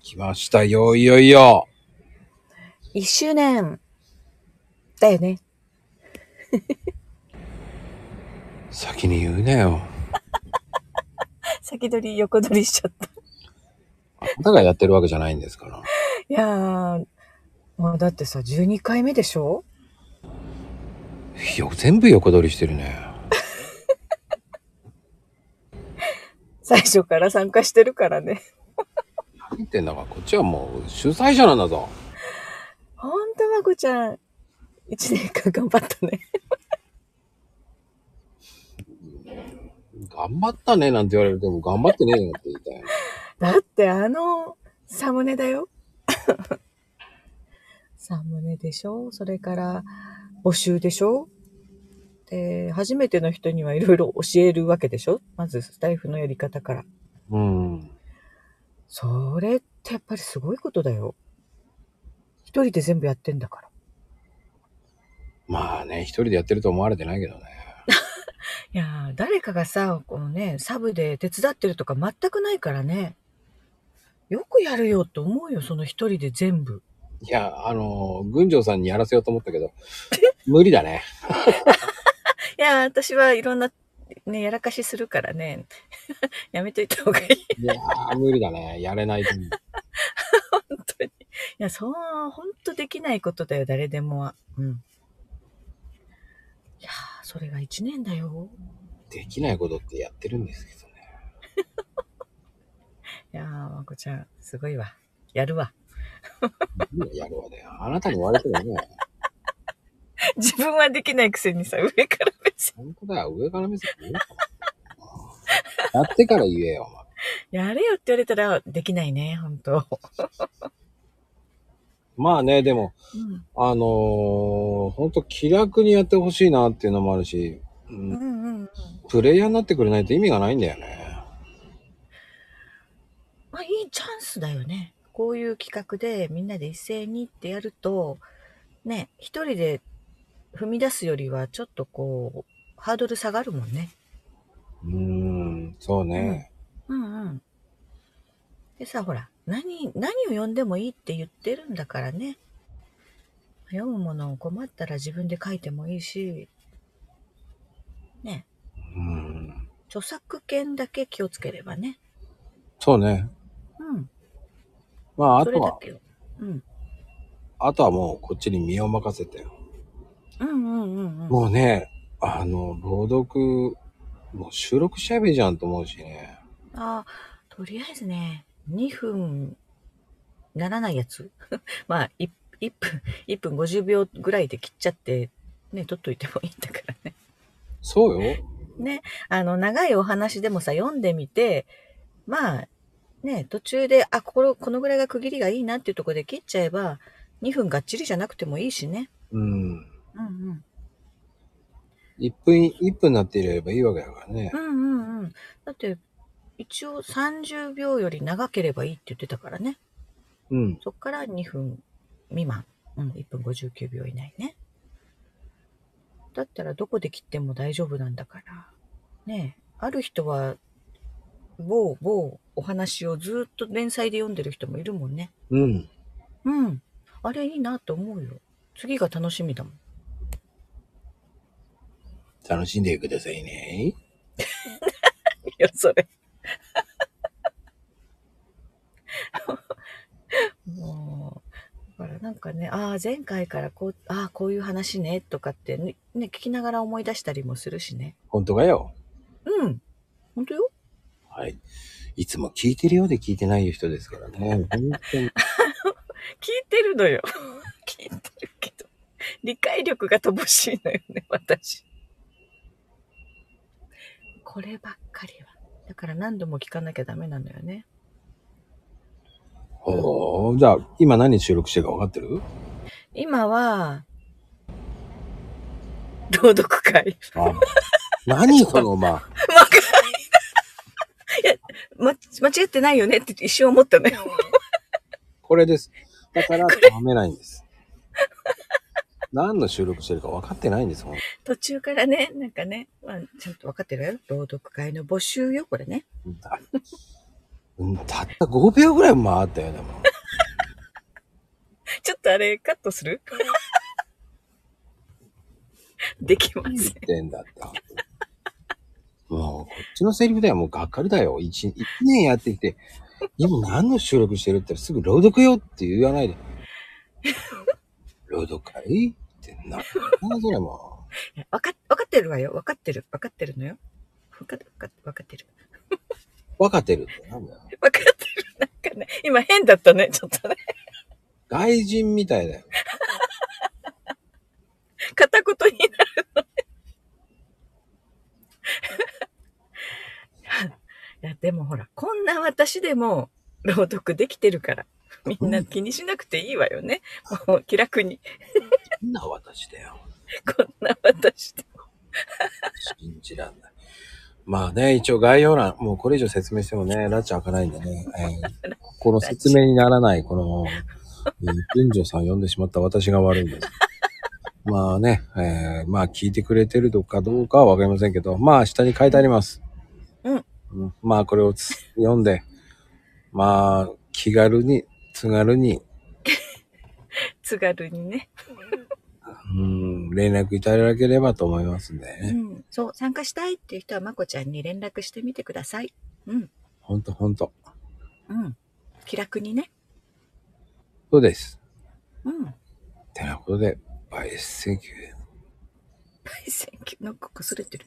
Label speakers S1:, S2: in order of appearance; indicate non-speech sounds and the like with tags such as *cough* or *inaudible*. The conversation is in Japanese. S1: 来ましたよ、いよいよ。
S2: 1周年だよね。
S1: 先に言うなよ。
S2: 先取り横取りしちゃった。
S1: あなたがやってるわけじゃないんですから。
S2: いやー、もうだってさ、12回目でしょ
S1: いや、全部横取りしてるね。
S2: 最初から参加してるからね。
S1: 入ってんだから、こっちはもう主催者なんだぞ。
S2: ほんと、まこちゃん、1年間頑張ったね。
S1: 頑張ったね、なんて言われるでも頑張ってねえよって言いたい。
S2: だってあの、サムネだよ。 *laughs* サムネでしょそれから、募集でしょで、初めての人にはいろいろ教えるわけでしょまずスタイフのやり方から。
S1: うん。
S2: それってやっぱりすごいことだよ。一人で全部やってんだから。
S1: まあね、一人でやってると思われてないけどね。
S2: いやー、誰かがさ、このね、サブで手伝ってるとか全くないからね。よくやるよと思うよ、その一人で全部。
S1: いや、あの、群青さんにやらせようと思ったけど、無理だね。
S2: いやー、私はいろんな、ね、やらかしするからね。 *laughs* やめといた方がいい。
S1: いやー、無理だね。やれないと思う。
S2: 本当に。いや、そう、本当できないことだよ、誰でもは。うん。いやー、それが一年だよ。
S1: できないことってやってるんですけどね。
S2: いやー、まこちゃん、すごいわ。やるわ。
S1: 何をやるわね。あなたに言われてもね、
S2: 自分はできないくせにさ、上から目線。
S1: 本当だよ。上から見せて言うかなやってから言えよ、お前。
S2: やれよって言われたら、できないね、本当
S1: まあね、でも、
S2: うん。
S1: あのー、本当気楽にやってほしいなっていうのもあるし、う、
S2: うんんうん。
S1: プレイヤーになってくれないと意味がないんだよね。
S2: まあ、いいチャンスだよね。こういう企画でみんなで一斉にってやると、ね、一人で踏み出すよりはちょっとこう、ハードル下がるもんね。
S1: うーん、そうね。
S2: うんうん。でさ、ほら、何、何を読んでもいいって言ってるんだからね。読むものを困ったら自分で書いてもいいし、ね、
S1: うん、
S2: 著作権だけ気をつければね。
S1: そうね。
S2: うん。
S1: まあ、あ
S2: そ
S1: と
S2: れだ
S1: は、
S2: けよ。うん。
S1: あとはもうこっちに身を任せて。
S2: うんうんうんうん。
S1: もうね、あの、朗読、もう収録しちゃえばいいじゃんと思うしね。
S2: あーとりあえずね、2分ならないやつ。 *laughs* まあ、1, 分、1分50秒ぐらいで切っちゃって、ね、取っといてもいいんだから *laughs* ね。
S1: そうよ。
S2: ね、あの、長いお話でもさ、読んでみて、まあ、ね、途中で、あ、これ、このぐらいが区切りがいいなっていうところで切っちゃえば、2分がっちりじゃなくてもいいしね。
S1: うん。
S2: うんうん。
S1: 1分、一分になっていればいいわけだからね
S2: う。んうんうん。だって、一応30秒より長ければいいって言ってたからね。
S1: うん。
S2: そこから2分未満。うん、1分59秒以内ね。だったらどこで切っても大丈夫なんだから。ねえ、ある人は、某某お話をずっと連載で読んでる人もいるもんね。
S1: うん。
S2: うん。あれいいなと思うよ。次が楽しみだもん。
S1: 楽しんでくださいね。
S2: いや、それ。 *laughs* もう、だからなんかね、ああ、前回からこう、ああ、こういう話ね、とかってね、ね聞きながら思い出したりもするしね。
S1: 本当かよ。
S2: うん。本当よ。
S1: はい。いつも聞いてるようで聞いてない人ですからね。 *laughs* 本当に。
S2: 聞いてるのよ。 *laughs* 聞いてるけど。理解力が乏しいのよね、私。こればっかりは。だから何度も聞かなきゃダメなのよね。
S1: おーじゃあ、今何収録してるか分かってる
S2: 今は、朗読会。 *laughs*
S1: あ *laughs* 何その、まあ、
S2: わかんないいや、ま、間違ってないよねって一瞬思ったのよ。
S1: これです。だから、ダめないんです。何の収録してるか分かってないんですもん。
S2: 途中からね、なんかね、まあ、ちゃんと分かってるわよ。朗読会の募集よ、これね。
S1: だうんたった5秒ぐらい回ったよ、でも。
S2: ちょっとあれ、カットするできません。
S1: ってんだって。もう、こっちのセリフではもうがっかりだよ。一一年やってきて、今何の収録してるって言ったらすぐ朗読よって言わないで。朗読かいってな、なんそれもう。
S2: わか、わかってるわよ。わかってる。わかってるのよ。わか、わか、わかってる。
S1: 分かってるってなんだよ。
S2: わかってる。なんかね、今変だったね。ちょっとね。
S1: 外人みたいだよ。
S2: 片言になるのね。 *laughs* いや、 *laughs* でもほら、こんな私でも朗読できてるから。みんな気にしなくていいわよね。もう気楽に。
S1: そんな私だよ。
S2: こんな私で。
S1: 信じらんない。まあね、一応概要欄、もうこれ以上説明してもね、ラッチ開かないんでね、えーこの説明にならない、この、えー文女さん呼んでしまった私が悪いんです。まあね、えーまあ聞いてくれてるのかどうかはわかりませんけど、まあ下に書いてあります。
S2: うん
S1: うん。まあこれをつ読んで、まあ気軽に、津軽に、
S2: 津軽にね。
S1: うん、連絡いただければと思いますんで
S2: う
S1: ね。
S2: ん。そう、参加したいっていう人はまこちゃんに連絡してみてください。うん。
S1: ほんとほんと。
S2: うん。気楽にね。
S1: そうです。
S2: うん。 *laughs*
S1: てなことで、バイセキュー。
S2: 選挙、なんか崩れてる。